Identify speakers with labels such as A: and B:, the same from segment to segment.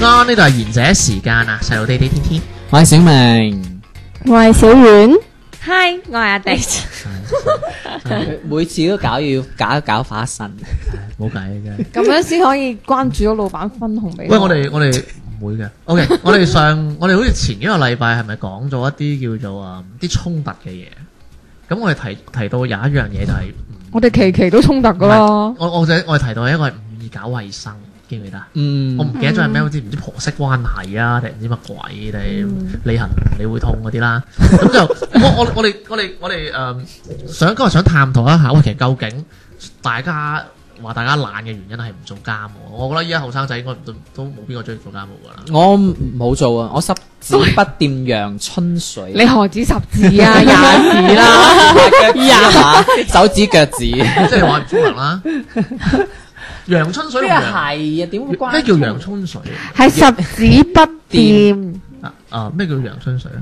A: 啱呢度係賢者時間啊，細路弟弟天 天。
B: 我係小明。
C: 我係小遠，
D: 嗨，我係阿迪。
E: 每次都搞要搞一搞化神，
A: 冇計嘅真係。
D: 咁樣先可以關注到老闆分紅俾
A: 喂，我哋我哋唔會嘅。OK，我 哋上我哋好似前一個禮拜係咪講咗一啲叫做啊啲衝突嘅嘢？咁我哋提提到有一樣嘢就係、
D: 我哋期期都衝突噶
A: 唔
D: 啦
A: 係，我我哋我哋提到一個係唔願意搞衞生，記唔記得啊？
E: 嗯
A: 我，唔記得咗係咩，好似唔知婆媳關係啊，定唔知乜鬼定
E: 嗯
A: 你行你會痛嗰啲啦。咁就我我我哋我哋我哋誒想今日想探討一下，喂，其實究竟大家話大家懶嘅原因係唔做家務，我覺得依家後生仔應該都都冇邊個中意做家務㗎啦。
E: 我冇做啊，我十指不掂陽春水，
D: 你何止十字啊， 廿字啦，
E: 呀，手指腳 趾，
A: 即係話唔沖涼啦， 陽春水同陽
E: 係啊，點會關？
A: 咩叫陽春水
D: 係十指不掂。
A: 啊？啊咩叫陽春水啊？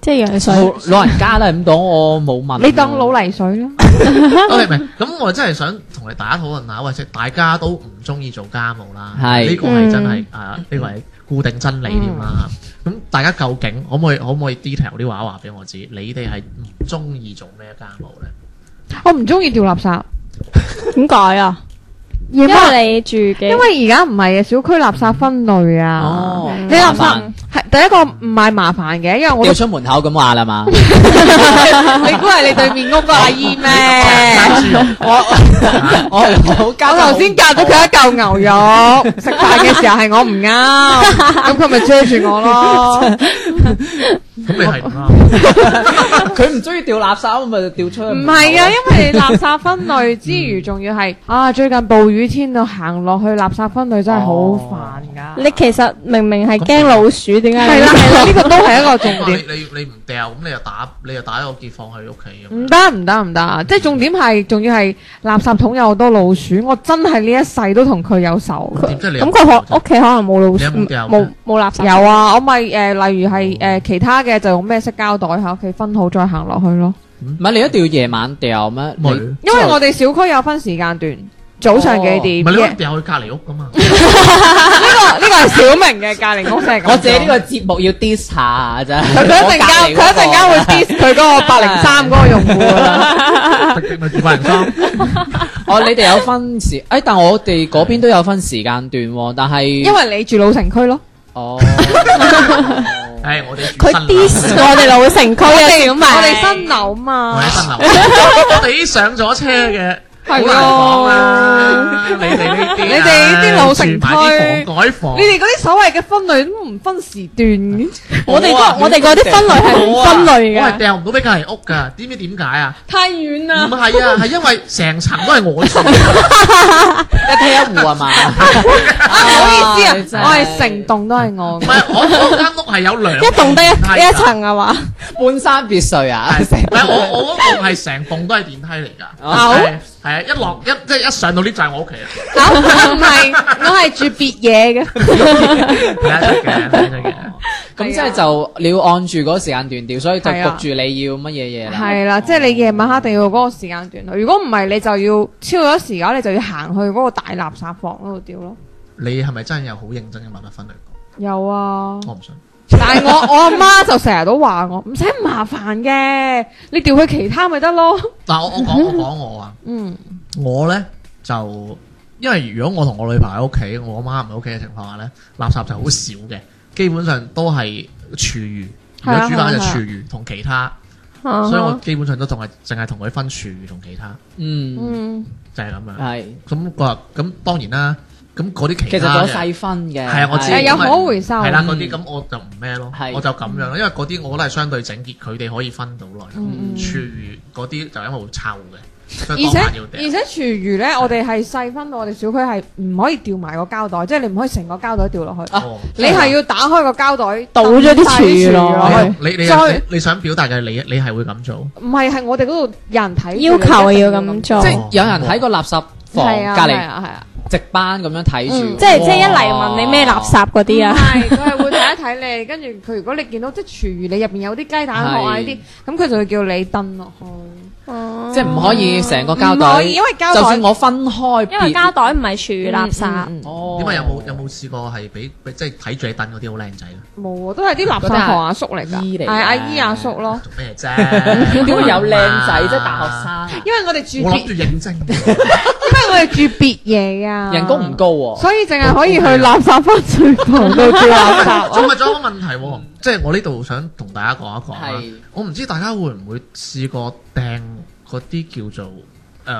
C: 即係羊水。
F: Ờ,
E: 老老人家都係咁講，我冇問。
D: 你當老泥水啦，
A: 我明明咁，我真係想同你大家討論下，或者大家都唔中意做家務啦，
E: 係
A: 呢個係真係啊，呢個係固定真理添啦。咁大家究竟可唔可以可唔可以 detail 啲話話俾我知，你哋係唔中意做咩家務咧？
D: 我唔中意掉垃圾，
C: 點解啊？因
D: 因
C: 為你住嘅，
D: 因為而家唔係嘅啊小區垃圾分類
E: Ờ.
D: 啊，
E: 哦，
D: 你垃
E: 麻
D: 圾
E: 煩
D: 係第一個唔係麻煩嘅，因為我都
E: 掉出門口咁話啦嘛，
D: 你估 係你對面屋個阿姨 咩？
E: 我我
D: 我頭先教咗佢一嚿牛肉，食飯嘅時候係我唔啱，咁佢咪遮住我 咯。
A: 咁你係唔啱，
E: 佢唔中意掉垃圾，我咪掉出去。
D: 唔係啊，，因為垃圾分類之餘，仲要係啊，最近暴雨天度行落去垃圾分類真係好煩㗎。
C: 你其實明明係驚老鼠，點解你
D: 係啦係啦，呢個都係一個重點。
A: 你你你唔掉，咁你又打你又打咗個結放喺屋企咁
D: 唔
A: 樣。
D: 得唔得唔得，即係重點係，仲要係垃圾桶有好多老鼠，我真係呢一世都同佢有仇。
A: 點知你 又
C: 咁佢可屋企可能冇老
A: 你有
C: 鼠，
A: 冇掉
C: 冇冇垃圾。
D: 有啊，我咪誒、例如係誒、呃其他嘅就用咩色膠袋喺屋企分好再行落去咯。
E: 唔係你一定要夜晚掉咩？
A: 咪
E: 你
D: 因為我哋小區有分時間段，早上幾
A: 哦唔係
D: 點？
A: 你
D: 夜
A: 可以
D: 呢
A: 掉去隔離屋 噶嘛？
D: 個呢個係小明嘅隔離公司係咁。
E: 我借呢個節目要 diss 下咋，
D: 佢
E: 佢
D: 佢一陣間佢一陣間會 diss 佢嗰個八零三嗰個用户㗎啦。
A: 直直咪住百 零三，
E: 哦，你哋有分時，誒，但我哋嗰邊都有分時間段喎，但係
D: 因為你住老城區咯，
E: 哦，
A: 誒我哋
C: 佢
A: 住 新
C: diss 我哋老城區啊，小明。
D: 我哋新樓
A: 我
D: 嘛
A: 喺。新樓，我哋啲上咗車嘅，好難講啦。你哋呢啲啊，
D: 你哋呢啲老城區
A: 住埋啲房改房，
D: 你哋嗰啲所謂嘅分類都唔分時段嘅，
C: 我哋嗰我哋嗰啲分類係唔分類
F: 啊
A: 我係
C: 嘅，
A: 掉唔到俾隔離屋㗎，知唔知點解啊？
D: 太遠
A: 唔
D: 啦。
A: 係啊，係因為成層都係我啊住，
E: 一梯一户係嘛？
D: 啊，唔好意
E: 你
D: 思
E: 真係
D: 啊，我係成棟都係我
A: 唔。係我我間屋係有兩
C: 一棟得
A: 係啊
C: 一一層啊嘛。
E: 半山別墅啊，成
A: 唔係我我嗰棟係成棟都係電梯嚟㗎，
E: 哦
A: 係係啊，一落一即係一上到 lift 就係我屋企啦，
D: 啊唔係，我係住別嘢嘅。
A: 睇得出啊嘅，睇得出嘅。
E: 咁即係就你要按住嗰個時間段調，所以就
D: 係
E: 焗
D: 啊
E: 住你要乜嘢嘢啦。
D: 係啦，即係你夜晚黑一定要嗰個時間段咯。如果唔係，你就要超咗時間，你就要行去嗰個大垃圾房嗰度掉咯。
A: 你係咪真係有好認真嘅物質分類？
D: 有啊，
A: 我唔信。
D: 但係我我阿媽就成日都話我唔使咁麻煩嘅，你調去其他咪得咯。
A: 嗱，我我講我講我啊。
D: 嗯，
A: 我咧就因為如果我同我女朋友喺屋企，我媽唔喺屋企嘅情況下咧，垃圾就好少嘅，基本上都係廚餘。如果
D: 係
A: 煮飯
D: 啊
A: 就
D: 係啊嗯
A: 廚餘同其他，
C: 所
A: 所以我基本上都仲係淨係同佢分廚餘同其他，
E: 嗯，
D: 嗯，
A: 就係咁樣。
E: 係
A: 咁佢話咁當然啦，咁嗰啲
E: 其
A: 其
E: 實
A: 他
E: 仲有
A: 嘅
E: 細分嘅，
A: 係啊，我知
D: 係有可回收
A: 係啦，嗰啲咁我就唔咩咯
E: 係，
A: 我就咁樣，因為嗰啲我覺得係相對整潔，佢哋可以分到類。廚餘嗰啲就因為會臭嘅，所
D: 嗯而
A: 以當
D: 且
A: 晚要
D: 而
A: 掉。
D: 且廚餘咧，我哋係細分到我哋小區係唔可以掉埋個膠袋，即係你唔可以成個膠袋掉落去，
E: 啊
A: 哦
D: 你係要打開個膠袋，
C: 倒咗啲
D: 抌晒
C: 廚餘落
E: 啊
D: 落
C: 去
D: 去。
A: 你你
D: 再
A: 你你想表達嘅係你你係會咁做？
D: 唔係，係我哋嗰度有人睇住
C: 要求係
D: 你一定
C: 要咁做
E: 即係有人喺個垃圾房
D: 係啊，
E: 隔
D: 係
E: 離
D: 啊，係啊，
E: 值班咁樣睇住，
C: 即係即係一嚟
E: 哇
C: 問你咩垃圾嗰啲
D: 唔
C: 啊，
D: 係，佢係會睇一睇你，跟住佢如果你見到即係廚餘，你入邊有啲雞蛋殼啊呢啲，咁佢就會叫你燉落去。
E: 即係唔可以成個膠
D: 唔
E: 袋，
D: 可以因為膠袋
E: 就算我分開別，
F: 因為膠袋唔係廚餘垃圾，
D: 嗯嗯
E: 哦，
A: 點解有冇有冇試過係俾俾即係睇住你凳嗰啲好靚仔咧？
D: 嗯冇啊，都係啲垃圾房阿叔嚟
E: 嗰啲係姨嚟
D: 㗎，
E: 㗎
D: 係阿姨阿叔咯。
A: 做咩啫？
E: 點會有靚仔啫？ 大學生啊
D: 因為我哋住
A: 我
D: 別，
A: 諗
D: 因
A: 住認 真嘅，
D: 為我哋住別嘢啊，
E: 人工唔高喎，
D: 所以淨係可以去垃圾分水塘 度掉垃圾啊。
A: 仲咪仲有一個問題喎，即係我呢度想同大家講一講啊
E: 係
A: 我唔知大家會唔會試過掟嗰啲叫做誒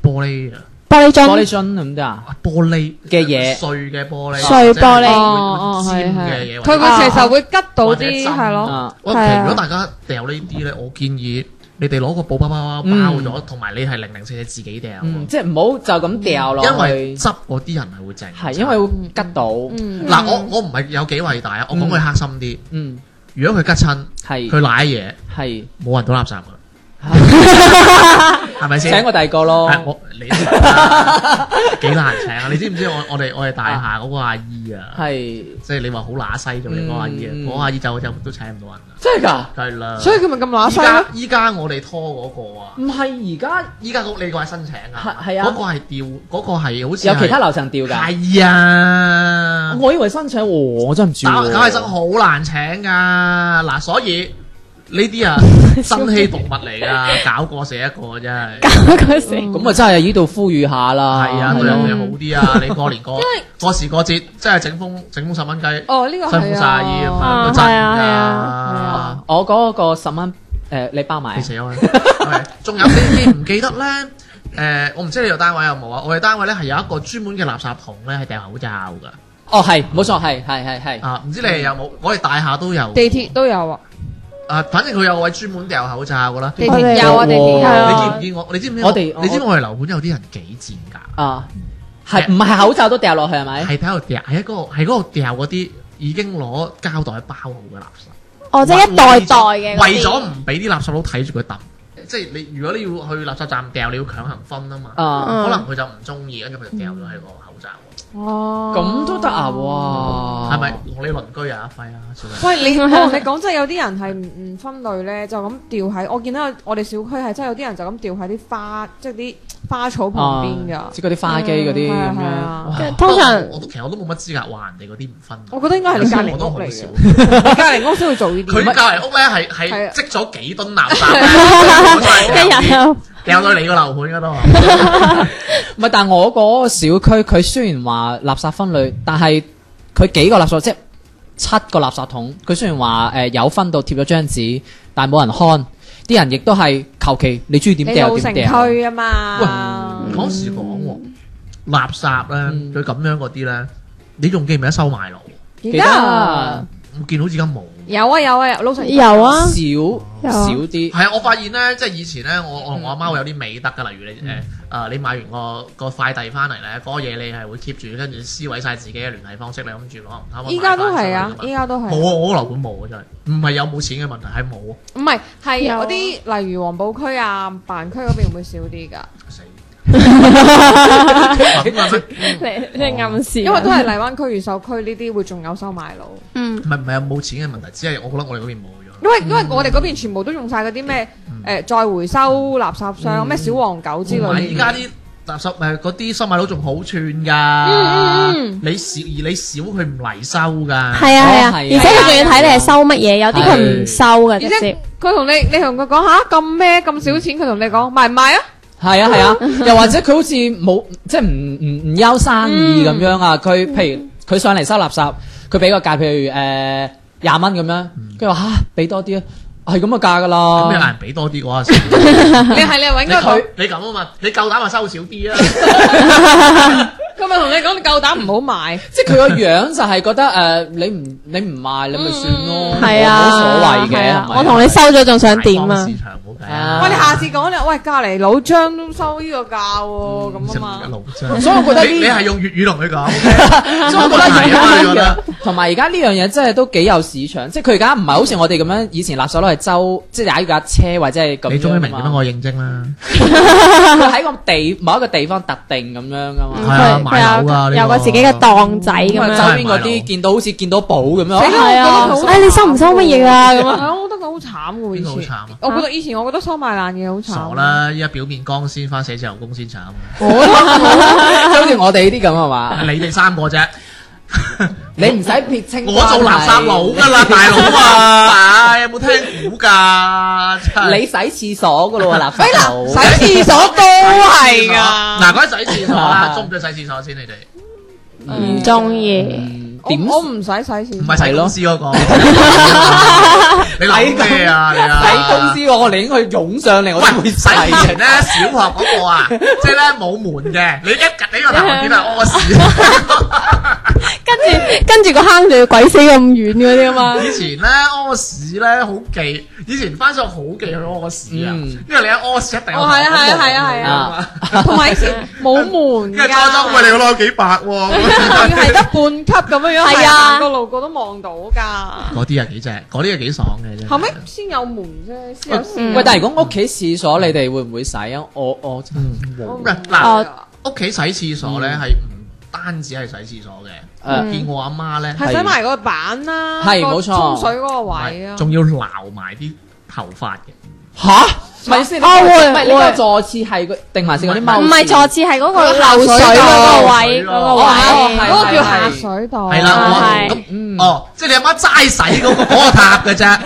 A: 玻璃啊，
C: 玻璃
E: 玻璃
C: 樽
E: 樽咁得啊？
A: 玻璃
E: 嘅嘢
A: 碎嘅玻璃，
C: 碎玻璃
D: 哦哦，
A: 或者
D: 係
A: 會會尖
D: 係，
A: 嘅嘢，或
D: 佢
A: 者
D: 會其實會吉到
A: 或者針
D: 啲係啊咯，
E: 啊，
A: 我
C: 係
A: 其
C: 啊
A: 實如果大家掉呢啲咧，我建議你哋攞個布包包包
D: 嗯
A: 咗，同埋你係零零四四自己掉，啊
E: 嗯，即係唔好就咁掉落去，
A: 因為執嗰啲人係會整，
E: 係因啊為會吉到，
D: 嗯，
A: 嗱我我唔係有幾偉大啊，我講佢黑心啲，
E: 嗯，
A: 如果佢吉親，
E: 係
A: 佢賴嘢，
E: 係，
A: 冇人倒垃圾㗎，係咪先？
E: 請個第哦二個咯，
A: 係 我你 幾難請啊！你知唔知我我哋我哋大廈嗰個阿姨啊，
E: 係
A: 即係你話好乸西做嘢嗰個阿姨啊，
E: 嗯嗯
A: 嗰個阿姨走咗都請唔到人啊，
E: 真係㗎？
A: 梗係啦。
D: 所以佢咪咁乸
A: 依
D: 西咯
A: 家。依家我哋拖嗰個啊。
E: 唔係而家
A: 依家嗰你個係申請啊，
E: 係係啊
A: 嗰個係調，嗰個係好似
E: 有其他
A: 樓
E: 樓層掉㗎，
A: 係啊，
E: 我以為申請，我我真係唔知
A: 搞
E: 喎，
A: 搞衞生好難請噶，嗱，所以呢啲啊珍稀動物嚟噶，搞過死一個真係，
C: 佢死，
E: 咁啊真係呢度呼籲下啦，
A: 係啊，
E: 係
A: 對人哋好啲啊，你過年過過時過節，真係整封整封十蚊雞，
D: 哦，呢個
A: 辛苦
D: 係
A: 晒
D: 啊
A: 要啊，
C: 啊
A: 真
C: 係啊係
A: 㗎。
E: 我嗰個十蚊誒，你包埋
A: 你
E: 啊
A: 死 開！係仲有你你唔記得咧？誒、我唔知你個單位有冇啊？我哋單位咧係有一個專門嘅垃圾桶咧，係掉口罩㗎。
E: 哦，係冇錯，係係係係，
A: 啊，唔知你哋有冇？我哋大廈都有。
D: 地鐵都有啊，
A: 啊，反正佢有個位專門掉口罩㗎啦。
D: 地
C: 我哋
D: 鐵有啊，地鐵有
C: 係
D: 啊。
C: 啊
A: 你見唔見我？你知唔知
E: 我哋
A: 你知唔知我哋樓盤有啲人幾賤㗎？
E: 啊，係唔係口罩都掉落去係咪？
A: 係喺度掉，喺嗰個喺嗰度掉嗰啲已經攞膠袋包好嘅垃圾。
C: 哦，即係一袋袋嘅嗰啲，
A: 為咗唔俾啲垃圾佬睇住佢抌，即係你如果你要去垃圾站掉，你要強行分啊嘛。
E: 啊，
C: 嗯
A: 可能佢就唔中意，跟住佢就掉咗喺個口罩喎，
D: 哦
E: 咁都得啊，哇，
A: 係咪？我哋鄰居啊，輝啊，小明
D: 喂，你哦，你講真，有啲人係唔唔分類咧，就咁掉喺我見到我哋小區係真係有啲人就咁掉喺啲花，即係啲花草旁邊
E: 啊
D: 㗎。
E: 即係嗰啲花機嗰啲
D: 嗯
E: 咁
D: 係
E: 樣
D: 啊。
E: 哇
C: 跟 通常
A: 我都其實我都冇乜資格話人哋嗰啲唔分。啊
D: 我覺得應該係你隔離
A: 我都
D: 屋
A: 好
D: 嚟
A: 少
D: 嘅，你 隔離屋先會做呢
A: 佢
D: 啲。
A: 隔離屋咧係
D: 係
A: 係
D: 啊
A: 積咗幾噸垃圾 咧，
C: 一 日又
A: 掉到你個樓盤嗰度啊。
E: 唔係，但係我嗰個小區，佢雖然話垃圾分類，但係佢幾個垃圾即係七個垃圾桶，佢雖然話誒、呃有分到貼咗張紙，但係冇人看，啲人亦都係求其你中意點
D: 你
E: 掉
D: 老
E: 點
D: 城
E: 掉。
D: 區啊嘛，
A: 講時講喎，垃圾咧佢咁樣嗰啲咧，你仲記唔記得收埋路？
D: 而
E: 記得
D: 家
E: 啊
A: 我見好似而家冇。
D: 有啊有啊，老城區
C: 有啊啊
E: 少，少啲，
A: 係啊，我發現咧，即係以前咧，我我同我阿媽會有啲美德㗎，例如你誒誒，你買完個個快遞翻嚟咧，嗰個嘢你係會 keep 住，跟住撕毀晒自己嘅聯繫方式，你諗住攞唔貪。
D: 依家都係啊，依
A: 冇啊！
D: 家都係啊。
A: 我樓盤冇啊，真係唔係有冇錢嘅問題，係冇啊
D: 唔係，係
C: 有啊
D: 嗰啲例如黃埔區啊、白雲區嗰邊會少啲
C: 啊
D: 㗎，
A: 死。咁啊咩
C: 你你暗示，
D: 因為都係荔灣區、越秀區呢啲會仲有收買路。
C: 嗯
A: 唔係唔係有冇錢嘅問題，只係我覺得我哋嗰邊冇咗。
D: 因為因為我哋嗰邊全部都用晒嗰啲咩
C: 嗯
D: 誒再回收垃圾箱、咩小黃狗之
A: 同埋
D: 類
A: 而
D: 嘅。
A: 家啲垃圾誒嗰啲收買佬仲好串㗎，你少而你少佢唔嚟收㗎。
C: 係啊係
E: 哦
C: 啊，
E: 係啊
C: 而且佢仲要睇你係收乜嘢，有啲佢唔收嘅
D: 而
C: 直接
D: 且。佢同你你同佢講吓咁咩咁少錢，佢同你講賣唔賣 啊？
E: 係啊係啊，又或者佢好似冇即係唔唔唔休生意咁樣
D: 嗯
E: 啊，佢譬如佢上嚟收垃圾，佢俾個價，譬如誒廿蚊咁樣，
D: 嗯
E: 跟住話吓俾多啲啊，係咁嘅價㗎啦。
A: 咁有人俾多啲嗰陣時。
D: 你係你係揾
A: 你
D: 嗰個
A: 佢你咁啊嘛，你夠膽話收少啲啊？
D: 佢咪同你講，你夠膽唔好買。
C: 啊
E: 即係佢個樣就係覺得誒，你唔你唔賣你咪算咯，
C: 係啊，
E: 冇所謂嘅
C: 係啊。
E: 係咪。
C: 我同你收咗仲想點啊？
A: 市場冇計
E: 啊
A: 啊！
D: 喂，你下次講你，喂隔離老張都收呢個價
C: 嗯
D: 喎，咁啊嘛
A: 一。路啫。
E: 所以我覺得呢
A: 你你係用粵語同佢講，
E: 所以我覺得
A: 係啊我覺
E: 而
A: 得
E: 家同埋而家呢樣嘢真係都幾有市場，即係佢而家唔係好似我哋咁樣，以前垃圾佬係周，即係踩架車或者係咁樣。
A: 你終於明點解我認證啦。
E: 佢喺個地某一個地方特定咁樣噶嘛。
A: 係啊
C: 佢
A: 買樓啊
C: 佢
A: 呢
C: 有有
A: 個
C: 個自己嘅檔仔咁
E: 咁啊，
C: 樣。
E: 周邊嗰啲見到好似見到寶咁樣，
D: 死啦
C: 係啊
D: 我覺得佢好
C: 哎你收唔收乜嘢啊咁啊
D: 係啊，我覺得佢好慘喎，以
A: 邊個好
D: 前。
A: 慘啊？
D: 我覺得以前我覺得收埋爛嘢好慘。
A: 傻！啦！依家表面光鮮，翻寫字樓工先慘。
E: 即 係好似我哋呢啲咁係嘛？
A: 你哋三個啫，
E: 你唔使撇清關
A: 我
E: 係，
A: 做垃圾佬噶啦，大佬啊！有冇聽估㗎？真係
E: 你洗廁所噶咯喎，垃圾佬。
D: 洗廁所都係㗎。
A: 嗱，講起洗廁所啦，中唔中意洗廁所先？你哋
C: 唔中意。
E: 嗯
D: 我
E: 點
D: 我唔使洗廁
A: 唔
D: 所。
A: 係洗公司嗰個，你諗咩啊？你啊，
E: 喺公司我寧願去湧上嚟，我都會
A: 喂，洗
E: 洗
A: 以
E: 嘅。
A: 前咧，小學嗰個啊，即係咧冇門嘅，你一趌起個頭點啊屙屎。
C: 跟住跟住個坑仲要鬼死咁遠嗰啲啊
F: Dạ.
C: 嘛。
A: 以前咧屙屎咧好忌，以前翻上好忌去屙屎啊，
E: 嗯
A: 因為你一屙屎一定有
D: 哦係啊係啊係啊係
E: 啊
D: 同埋以 前冇門
A: 跟
D: 㗎。
A: 住初中喂你攞幾百喎，
D: 仲要係得半級 咁 樣樣，
C: 係啊
D: 個路過都望到㗎。
A: 嗰啲係幾正，嗰啲係幾爽嘅啫。
D: 後尾先有門啫，先有線。
E: 喂，但係如果屋企廁所，你哋會唔會洗啊？我我
A: 唔
E: 嗯
A: 係嗱，屋企洗廁所
D: 嗯
A: 咧係唔單止係洗廁所嘅，
E: 誒
A: 見我阿媽咧
D: 係洗埋個板啦，
E: 係
D: 個
E: 冇錯
D: 沖水嗰個位啊。
A: 仲要撈埋啲頭髮嘅。
E: 吓，唔係先，
C: 哦會
E: 唔係呢個
C: 會
E: 坐廁係個定還是嗰啲踎？
C: 唔係坐，廁，係嗰個漏水
A: 水
C: 嗰個位，嗰
A: 嗰個
C: 個
A: 位
E: 哦係
C: 位。
D: 嗰個叫下水道。
A: 係啦，
C: 啊
A: 我
D: 嗯
A: 咁哦，即係你阿媽齋洗嗰 個嗰個塔嘅啫，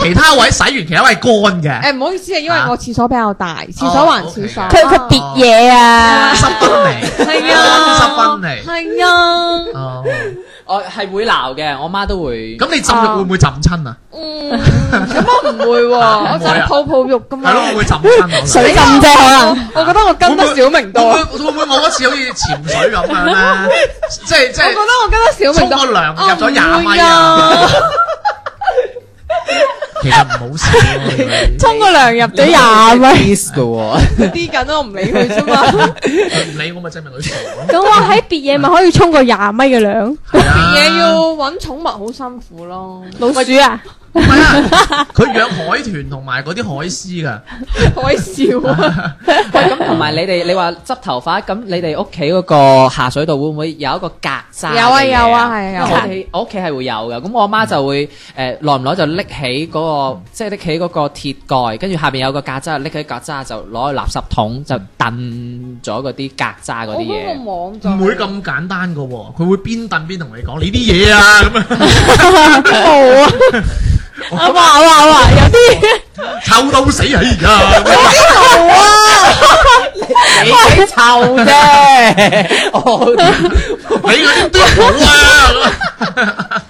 A: 其他位洗完，其他位乾嘅，
D: 誒唔好意思啊，因為
A: 啊
D: 我廁所比較大，廁所還廁所。
A: 哦
C: 佢佢別嘢 啊，
A: 濕分離，
D: 係啊
A: 濕分離。
D: 係啊，
A: 哦，
E: 我係會鬧嘅，我媽都會。
A: 咁你浸
D: 哦
A: 浴會唔會浸親啊？
D: 嗯，咁我唔會喎，我
A: 唔會
D: 浸
A: 啊
D: 泡泡浴噶嘛
A: 係。咯，會唔會浸親我？啊
C: 水浸啫可能。
D: 我覺得我跟得小明多，我
A: 會唔會會唔會我嗰次好似潛水咁樣 咧？即係即
D: 覺得
A: 係
D: 我跟得小
A: 沖
D: 明
A: 個
D: 多。
A: 涼
D: 我
A: 入咗廿
D: 唔會
A: 米
D: 啊
A: 啊！！其實唔好笑喎，
C: 沖個涼入咗 廿米，
E: miss 嘅喎，
D: 佢啲緊我唔理佢啫嘛。
A: 佢唔理我咪證明佢傻咯。
C: 咁我喺別嘢咪可以沖個廿米嘅涼。
A: 係啊
D: 嘢要揾寵物好辛苦咯，
C: 老鼠啊，
A: 唔係啊，佢養海豚同埋嗰啲海獅㗎。
D: 海笑啊！
E: 喂咁同埋你哋，你話執頭髮，咁你哋屋企嗰個下水道會唔會有一個格渣嘅嘢？
D: 有啊有啊係啊有
E: 因為我哋我屋企係會有嘅，咁我阿媽就會誒耐唔耐就拎起嗰個，即係拎起嗰個鐵蓋，跟住下邊有個格渣，拎起格渣就攞去垃圾桶就燉咗嗰啲格渣嗰
D: 我
E: 啲
D: 嗰
E: 嘢。
D: 個網就
A: 唔會咁簡單噶喎，佢會邊燉邊同你講你啲嘢啊咁樣，
C: 冇啊，阿話阿話話有 啲
A: 臭到死啊！而
E: 你幾 臭啫！我
A: 家你嗰啲都好啊，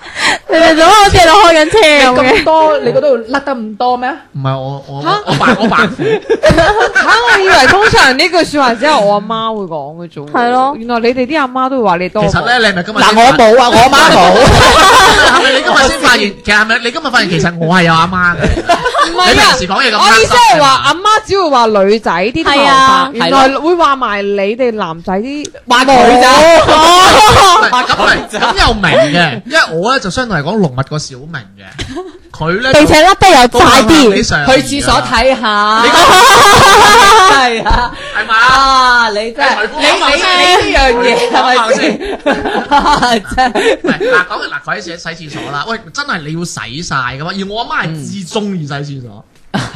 C: 你哋做乜好似喺度開緊車咁嘅？
E: 咁多，你覺得甩得咁多咩？
A: 唔係我我我白我白虎，
D: 嚇！我以為通常呢句説話只有我阿媽會講嘅啫喎。
C: 係咯
D: 原來你哋啲阿媽都會話你多。
A: 其實咧你係咪今日
E: 嗱，我冇啊，我阿媽冇。
A: 係咪你今日先發現？其實係咪你今日發現其實我係有阿媽嘅？
D: 唔
A: 你
D: 係
A: 平
D: 啊！
A: 時講嘢咁
D: 我意思
A: 黑
D: 係
A: 心㗎
D: 話
A: 嘛
D: 阿媽只會話女仔啲頭
C: 係啊
D: 髮，原來會話埋你哋男仔啲。
E: 話佢咋？
C: 哦
A: 唔係 咁咪咁又明 嘅，因為我咧就相對嚟講濃密過小明嘅，佢咧
C: 並且甩得又
A: 就
C: 快
A: 都
E: 啊
A: 有
C: 啲，
A: 上
E: 去廁所睇下。係啊，
A: 係嘛？
E: 啊，你真係
A: 你
E: 你你你呢樣嘢係咪 先？真係
A: 喂嗱，講起嗱，講起洗洗廁所啦，喂，真係你要洗晒噶嘛？而我阿媽
E: 嗯
A: 係至中意洗廁所，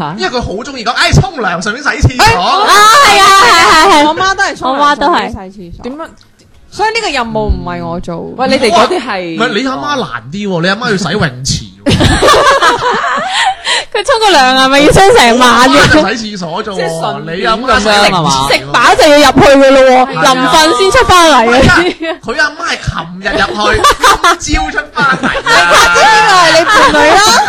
E: 啊
A: 因為佢好中意講，唉，沖涼順便洗
E: 哎
A: 廁所。
C: 啊係啊係係
D: 我
C: 係，
D: 媽都係沖涼，
C: 我媽都係
D: 沖洗廁所。
E: 點啊？
D: 所以呢個任務唔係我做。
E: 喂，你哋嗰啲係
A: 唔係你阿媽難啲喎，你阿媽要洗泳池 喎，
C: 佢沖個涼啊係咪要沖成晚
A: 我阿媽
C: 嘅？
A: 就洗廁所啫
E: 即係順
A: 喎，
E: 便
A: 你阿媽洗
E: 咁樣係嘛
A: 食
C: 食飽就要入去嘅咯喎，
E: 啊
C: 臨瞓先出翻嚟嘅。
A: 佢阿媽係琴日入去，今朝出翻 嚟啊！
C: 係你伴侶 啦。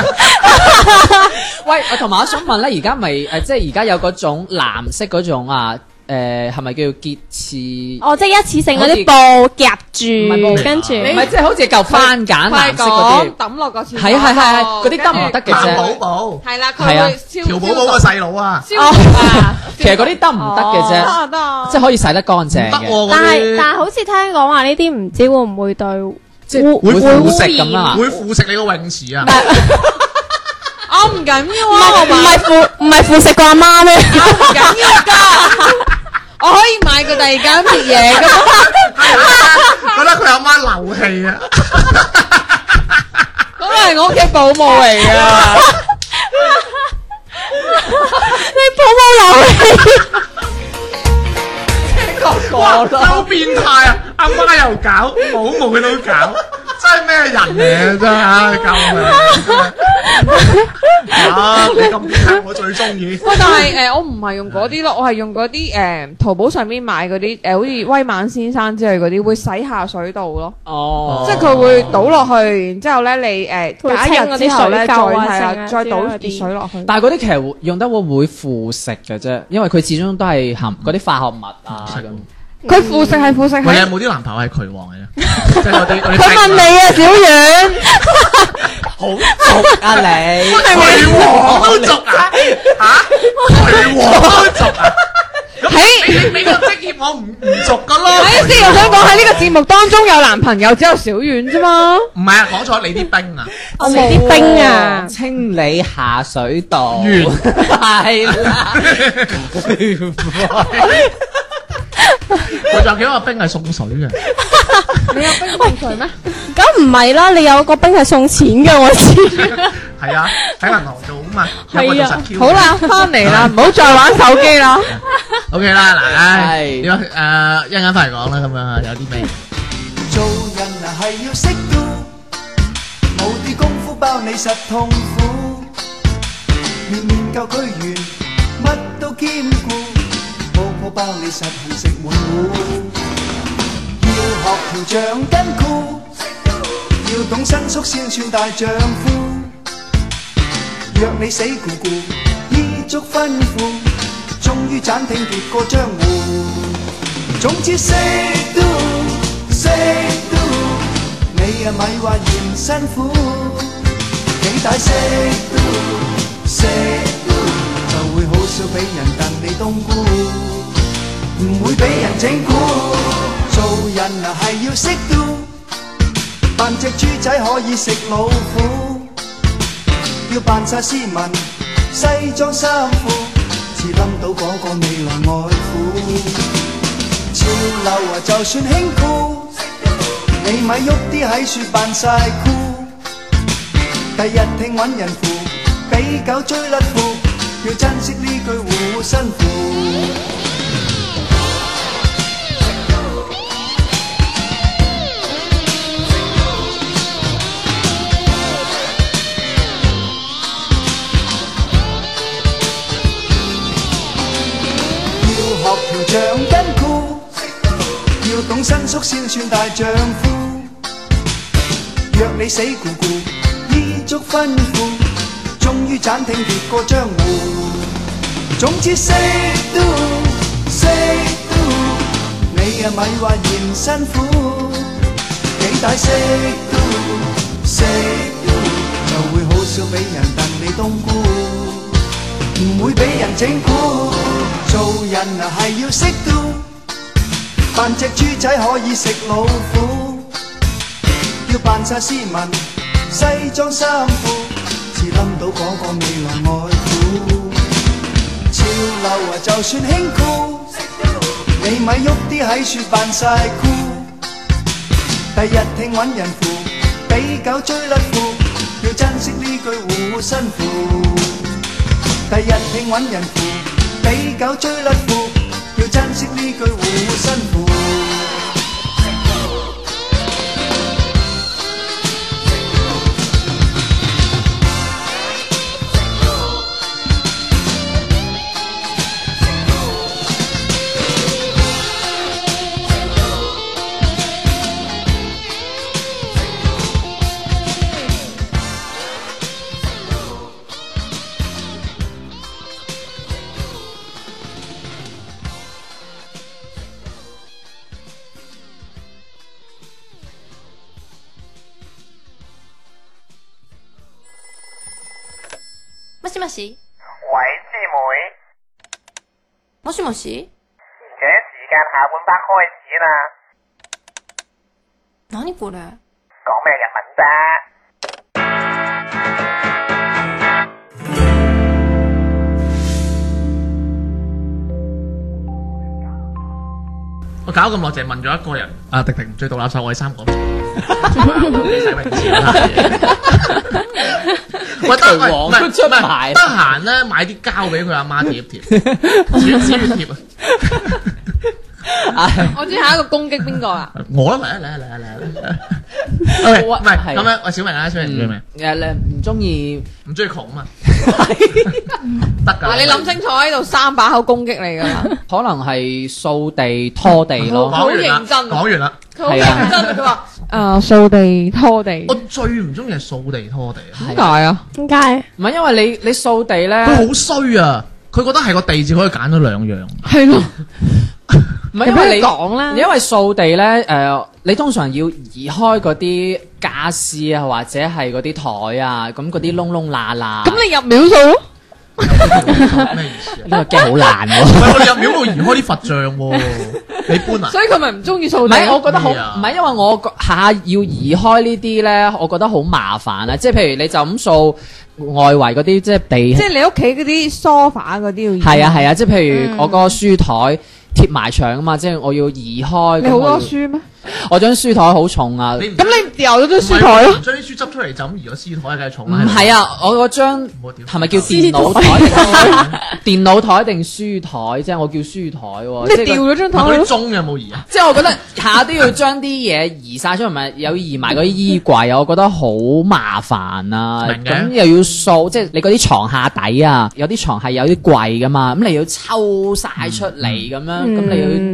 E: 呃喂，同埋我想問咧，而家咪誒，即係而家有嗰種藍色嗰種啊诶係咪叫潔廁？
F: 哦，即係一次性嗰啲布
E: 係
F: 夾住，
E: 布
F: 跟住
E: 唔係即係好似嚿番梘藍色嗰啲，
D: 抌落個廁所
E: 係啊係啊係啊
D: 度
E: 嗰啲得唔得嘅
A: 藍
E: 啫
A: 寶寶，
D: 係啦，佢
E: 係啊
D: 會消
A: 喬寶寶個細佬啊，
D: 消毒啊，
E: 其實嗰啲得唔得嘅
D: 得啊
E: 啫？
D: 得啊，
E: 即係可以洗得乾
A: 哦唔得
E: 淨
A: 喎
E: 嘅，
A: 嗰
F: 但係但
A: 啲，
F: 係好似聽講話呢啲唔知會唔會對
E: 即係
A: 會
E: 會
A: 腐
E: 腐
A: 蝕
E: 蝕咁啊嘛。
A: 會腐蝕你個泳池啊！
D: 我唔緊要
F: 唔
D: 啊，
F: 係唔係腐唔係腐蝕個阿媽 咩？
D: 唔緊要㗎，我可以買個第二間別嘢㗎。
A: 覺得佢阿媽流氣啊！
D: 嗰個係我屋企保姆嚟
E: 啊
D: 噶。
A: 啊 哇，好變態啊！阿媽又搞，保姆都搞，真係咩人嚟啊！真係唉救命！ 啊，你咁變態，我最中意。
D: 喂，但係誒、 呃我唔係用嗰啲咯，我係用嗰啲誒淘寶上面買嗰啲誒，好似威猛先生之類嗰啲，會洗下水道咯，
E: 哦
D: 即係佢會倒落去，然之後咧你誒、呃、
F: 會
D: 隔一日之後
F: 清嗰啲水
D: 咧再
F: 垢啊
D: 係
F: 剩
D: 啊
F: 啊
D: 再倒
F: 之類嗰
D: 熱
F: 啲
D: 水落去。
E: 但係嗰啲其實用得會會腐蝕嘅啫，因為佢始終都係含嗰啲化學物啊咁。
D: 佢腐蝕係腐蝕
A: 喂，你有
D: 係，
A: 冇啲男朋友係渠王嚟啫？即係我哋我哋
D: 佢問你啊，小遠，
A: 好
E: 啊你
A: 渠王族啊嚇，渠王族啊！
D: 喺
A: 你你個職業我唔唔熟噶咯。
D: 喺先，我想講喺呢個節目當中有男朋友只有小遠啫嘛。
A: 唔係啊，講錯你啲兵啊！
F: 我哋啲冰啊！
E: 清理下水道，
A: 完
E: 系 啦，
A: 我仲有幾多個兵係送水嘅？
D: 你有冰凍水咩？
F: 咁唔係啦，你有個冰係送錢嘅，我知。
A: 係啊，喺銀行做噶嘛，有個做實 Q 嘅。
D: 好啦，翻嚟啦，唔好再玩手機啦。
A: O K 啦，嗱，唉，
E: 係
A: 點啊？誒，一陣間翻嚟講啦，咁樣啊，有啲咩？
G: 做人啊係要適度，冇啲功夫包你實痛苦。年年夠居完，乜都兼顧，鋪鋪包你實行食滿碗。要學條橡筋箍，要懂伸縮先算大丈夫。若你死咕咕，依足吩咐，終於斬聽奪過江湖。總之識都識都，你啊咪話嫌辛苦，幾大識都識都，就會好少俾人戥你冬菇，唔會俾人整蠱。做人啊係要識都，扮只豬仔可以食老虎，要扮晒斯文西裝衫褲，至冧到嗰個未來外父。潮流啊，就算輕酷，你咪喐啲喺雪扮晒酷。第日聽揾人扶，俾狗追甩褲，要珍惜呢句護身符。要學條橡筋箍，要懂伸縮先算大丈夫。若你死咕咕，依足吩咐，終於斬聽越過江湖。總之識都識都，你啊咪話嫌辛苦，幾大識都識都，就會好少俾人戥你冬菇。唔會俾人整蠱。做人啊係要識到，扮只豬仔可以食老虎，要扮晒斯文西裝衫褲，至冧到嗰個未來外父。潮流啊就算輕酷，你咪喐啲喺雪扮晒酷。第日聽揾人扶，俾狗追甩褲，要珍惜呢句護身符。第日你揾人扶，俾狗追甩褲，要珍惜呢句護身符。
H: しもし
I: 喂，師妹，
H: もしもし
I: 而且時間下半 part 開始啦，
H: 何これ
I: 講咩日文啫？
A: 我搞咁耐，就係問咗一個人，啊，迪迪唔追倒垃圾，我哋三 個，你使明知
D: 啊
A: 啦。喂，得喂唔
E: 王
A: 係
E: 都出
A: 唔係
E: 埋
A: 得閒咧買啲膠俾佢阿媽貼一貼，紙紙要貼 啊！
D: 我知下一個攻擊邊個啦，
A: 我啦，嚟啊嚟啊嚟啊嚟啊嚟啊！喂，唔係
E: 係
A: 咁樣，喂，小明啊，小明唔中意咩？
E: 诶，你唔中 意
A: 唔中意窮啊嘛，得㗎
D: 嗱
A: 啦。
D: 你諗清楚喺度三把口攻擊你 噶啦，
E: 可能係掃地拖地
A: 講
E: 咯，
D: 好
A: 完啦
D: 認真啊
A: 講完啦，
D: 佢好認真，佢話诶掃地拖地
A: 我最唔中意係掃地拖地啊，
D: 點解啊？
F: 點解？
E: 唔係因為你你掃地咧，
A: 佢好衰啊！佢覺得係個地字可以揀咗兩 樣。
D: 係咯，
E: 唔係因為你
D: 講啦
E: 因為掃地咧，誒、你通常要移開嗰啲家私啊，或者係嗰啲台啊，咁嗰啲窿窿罅罅。
D: 咁你入秒數咯，
A: 咩意思啊？
E: 呢個 g 好難喎、
A: 唔係我哋入廟度移開啲佛像喎， 你搬啊？
D: 所以佢咪唔中意
E: 唔
D: 掃地
E: 係，我
D: 咯。
E: 覺得好，
A: 咩啊
E: 唔係因為我個下要移開呢啲咧，我覺得好麻煩啊！即係譬如你就咁掃外圍嗰啲，即係地
D: 即係你屋企嗰啲 sofa 嗰啲要移
E: 係啊係啊，即係
D: 嗯
E: 譬如我個書台貼埋牆啊嘛，即係我要移開。
D: 你
E: 咁
D: 好
E: 我要
D: 多書咩？
E: 我張書台好重啊！
A: 你唔
D: 咁你掉咗張書
A: 唔係
D: 台啊嗯咯
A: 唔。將啲書執出嚟就咁移咗書台，梗係重
E: 唔
A: 啦。
E: 係啊，我嗰張
A: 唔好啊屌
E: 係咪叫電腦台？ 電腦台定書台啫？我叫書台喎。
D: 你
E: 即係
D: 掉
E: 個
D: 咗
A: 係咪嗰
D: 張台
A: 啲
D: 咯，
A: 鐘有冇移啊？
E: 即係我覺得下都要將啲嘢移晒出嚟，咪有移埋嗰啲衣櫃啊，我覺得好麻煩啊！
A: 明嘅
E: 咁又要掃，即係你嗰啲床下底啊，有啲床係有啲櫃噶嘛，咁你要抽晒出嚟咁樣，咁
F: 嗯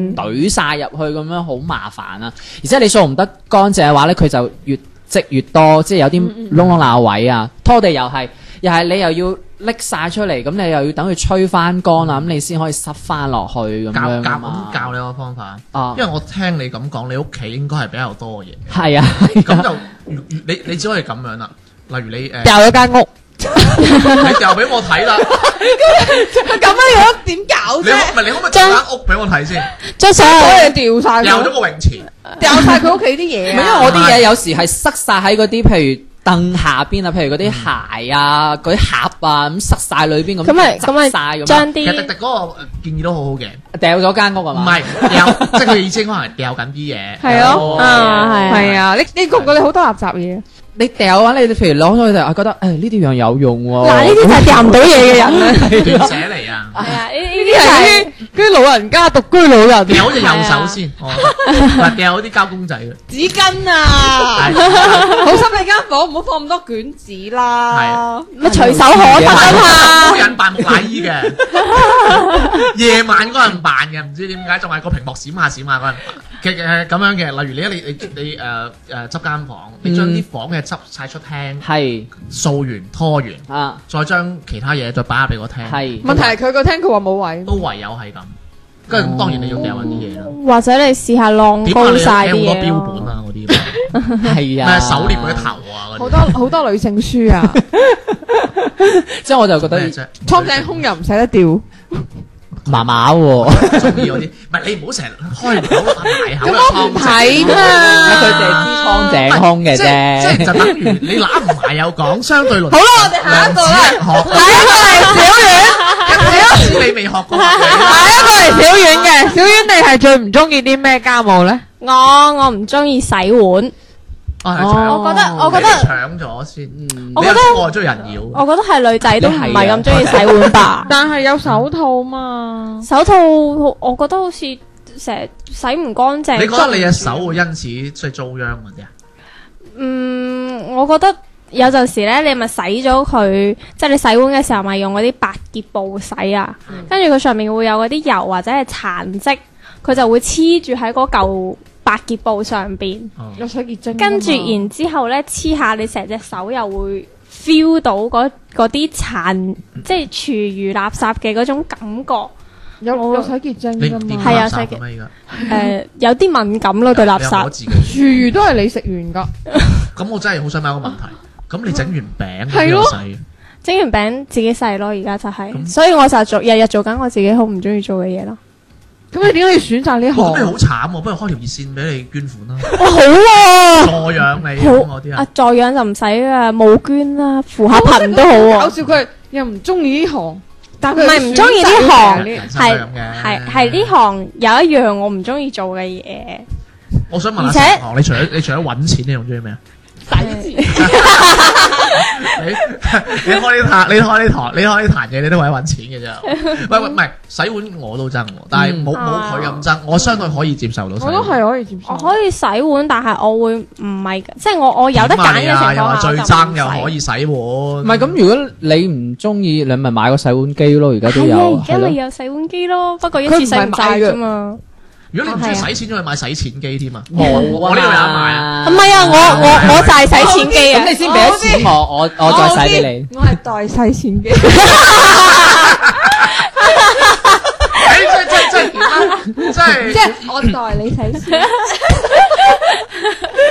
E: 你要懟晒入去咁樣，好麻煩啊！而且你掃唔得乾淨嘅話咧，佢就越積越多，即係有啲窿窿罅位啊，拖地又係，又係你又要拎晒出嚟，咁你又要等佢吹翻乾啊啦，咁你先可以塞翻落去咁
A: 教
E: 樣
A: 教
E: 㗎
A: 咁
E: 嘛
A: 教你個方法，
E: 啊
A: 因為我聽你咁講，你屋企應該係比較多嘢，
E: 係啊，
A: 咁就如如你你只可以咁樣啦。例如你誒，
D: 掉咗間屋。
A: 你掉俾我 睇啦，
D: 咁樣樣點搞
A: 你可唔
D: 啫？
A: 係你可唔可以整間屋俾我睇先？
F: 張相
D: 所以掉晒
A: 掉咗
D: 佢，
A: 個泳池，
D: 掉晒佢屋企啲
E: 唔係
D: 嘢
E: 因為
D: 啊！
E: 我啲嘢有時係塞晒喺嗰啲，譬如凳下邊啊，譬如嗰啲鞋啊、嗰啲盒啊，咁塞晒裏邊咁，
F: 咁咪
E: 塞
F: 咁咪
E: 晒咁啊樣，
F: 將
D: 嗯
A: 其實迪迪
F: 啲
A: 嗰個建議都好好嘅，
E: 掉咗間屋啊
A: 唔
E: 嘛。
A: 係掉，即係佢意思可能係掉緊啲嘢，哦
D: 係咯
F: 啊係
D: 係啊，你你覺唔覺你好多垃圾嘢？
E: 你掉啊，你譬如攞咗去就啊覺得誒呢啲樣有用喎。
F: 嗱呢啲就係掉唔到嘢嘅人啦。
A: 斷捨離啊！
F: 係啊，呢
D: 啲係
F: 呢
D: 嗰啲老人家獨居老人，
A: 掉隻右手先，我嗱掉啲膠公仔嘅，
D: 紙巾啊！好心你間房唔好放咁多卷紙啦。
F: 就係乜隨手可得啊
A: 嗰個
F: 嘛。
A: 人扮木乃伊嘅，夜晚嗰人扮嘅，唔知點解仲係個屏幕閃下閃下嗰人扮嘅嘅咁樣嘅。例如你你你你誒誒執間房，你將啲房嘅執晒出廳，
E: 係
A: 掃完拖完，
E: 啊，
A: 再將其他嘢再擺下俾個廳，
E: 係
D: 問題係佢個廳佢話冇位，
A: 都唯有係咁。跟住咁當然你要掉埋啲嘢啦。
F: 或者你試下浪
A: 點
F: 高
A: 啊？
F: 晒
A: 你
F: 啲
A: 有好多
F: 嘢
A: 標
F: 咯。
A: 本啊嗰啲，
E: 係啊，
A: 咩手捏嗰啲頭啊
D: 好
A: 嗰
D: 多
A: 啲，
D: 好多女性 書啊，
E: 即係我就覺得
A: 咩啫？
D: 蒼井空又唔捨得掉。
E: 麻麻喎。
A: 中意嗰啲，唔係你唔好成日開唔到大口
D: 咁
A: 嘅湯
D: 我唔
A: 仔
D: 睇
E: 佢
D: 嘛。
E: 哋知蒼井空嘅
A: 即係即係
E: 啫。
A: 就等於你揦唔埋有講相對論。
D: 好啦，我哋下一個啦，
A: 學一知你未學過
D: 下一個係啊小遠嘅，小遠你係最唔中意啲咩家務咧？
F: 我我唔中意洗碗，
A: 啊，
F: 我覺得我覺得
A: 搶咗先。
F: 我
A: 我
F: 覺得
A: 覺得我中意人妖，
F: 我覺得係女仔都唔係咁中意洗碗吧。
D: 但係啊有手套嘛，
F: 手套好我覺得好似成日洗唔乾淨。
A: 你覺得你隻手會因此即係遭殃嗰啲啊？
F: 嗯，我覺得有陣時咧，你咪洗咗佢，即係你洗碗嘅時候咪用嗰啲百潔布洗啊，
A: 嗯
F: 跟住佢上面會有嗰啲油或者係殘跡，佢就會黐住喺嗰嚿百潔布上邊，
A: 哦
D: 有洗潔精㗎嘛。
F: 跟住
A: 啊
F: 然之後咧黐下你成隻手又會 feel 到嗰嗰啲殘，即係廚餘垃圾嘅嗰種感覺， 誒、
D: 有
F: 我
D: 有洗潔精
A: 你
D: 㗎
A: 點
D: 嘛，
F: 係啊
A: 垃圾
F: 細
A: 咁樣
F: 有啲敏感咯對垃
A: 而家？你有冇
F: 圾。
A: 自己？
D: 廚餘都係你食完㗎。
A: 咁我真係好想問一個問題。咁你整完餅
D: 係咯
A: 邊度洗？
F: 整完餅自己洗咯，而家就係，所以我就做日日做緊我自己好唔中意做嘅嘢咯。
D: 咁你點解要選擇呢
A: 哇咁你好慘
D: 行？
A: 喎，不如開條熱線俾你捐款啦，
F: 哇，好喎、
A: 助養你咁嗰啲
F: 啊
A: 啊，，
F: 助養就唔使啊，募捐啦，扶下貧都好喎、
D: 搞笑佢又唔中意呢行，啊但
F: 唔係唔中意呢行
D: 呢
A: 人生都
F: 係
A: 係咁嘅
F: 係係呢行有一樣我唔中意做嘅嘢，
A: 我想問
F: 而
A: 下
F: 且
A: 陳航，你除咗你除咗揾錢，你仲中意咩啊？你 你開呢壇，你開呢壇，你開呢壇嘢，你都為咗揾錢嘅 啫。喂喂，唔係洗碗我都憎喎，但係冇冇佢咁憎，我相對可以接受到洗
D: 我
A: 碗。
D: 都係可以接
A: 嗯
F: 嗯
D: 受。
F: 啊我可以洗碗，但係我會唔係，即係我我有得
A: 點
F: 揀
A: 啊
F: 嘅
A: 你
F: 情
A: 啊
F: 況
A: 又
F: 下
A: 話
F: 我
A: 最
F: 就唔
A: 憎又可
F: 洗
A: 以洗碗，唔
E: 唔係咁，如果你唔中意，你咪買個洗碗機咯，而家都
F: 係
E: 有
F: 啊，而。家
E: 係
F: 咪
E: 咯
F: 有洗碗機咯，不過一
D: 佢
F: 次
D: 唔
F: 洗
D: 係
F: 唔
D: 買
F: 晒
D: 嘅
F: 啫嘛。
A: 如果你唔中意
F: 係啊
A: 洗錢，仲去買洗錢機添啊！
E: 冇
A: 我呢度有得賣啊！
F: 唔係啊，我我我就係洗錢機啊
E: 咁。你先俾咗錢我，我我再洗俾你。
D: 我係代洗錢嘅。
A: 誒即哎係即 係即係即係
D: 即係我代你睇先，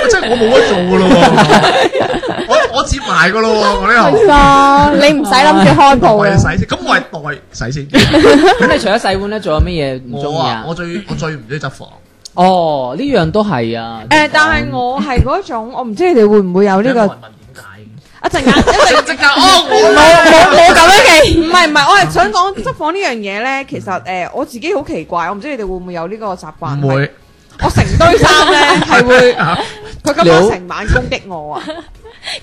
A: 即係我冇得做噶咯 喎，我我接埋噶咯喎，我呢行。
F: 啊， 你唔使諗住開鋪
A: 我係
F: 啊。
A: 洗先，咁我係代洗先機。
E: 咁你除咗洗碗咧，仲有乜嘢唔中
A: 我
E: 意
A: 啊
E: 啊，
A: 我？最我最唔中意執房。
E: 哦，呢樣都係啊。
D: 誒，但係我係嗰種，我唔知你哋會唔會有呢個
A: 有冇人問點解？
D: 一陣間一 陣
A: 即刻哦，
D: 冇
A: 我
D: 冇冇咁樣嘅，唔係唔係，我係想講執房呢樣嘢咧，其實誒我自己好奇怪，我唔知你哋會唔會有呢個習慣？
A: 唔，會，
D: 我成堆衫 咧係會，佢今晚成晚攻擊我 啊！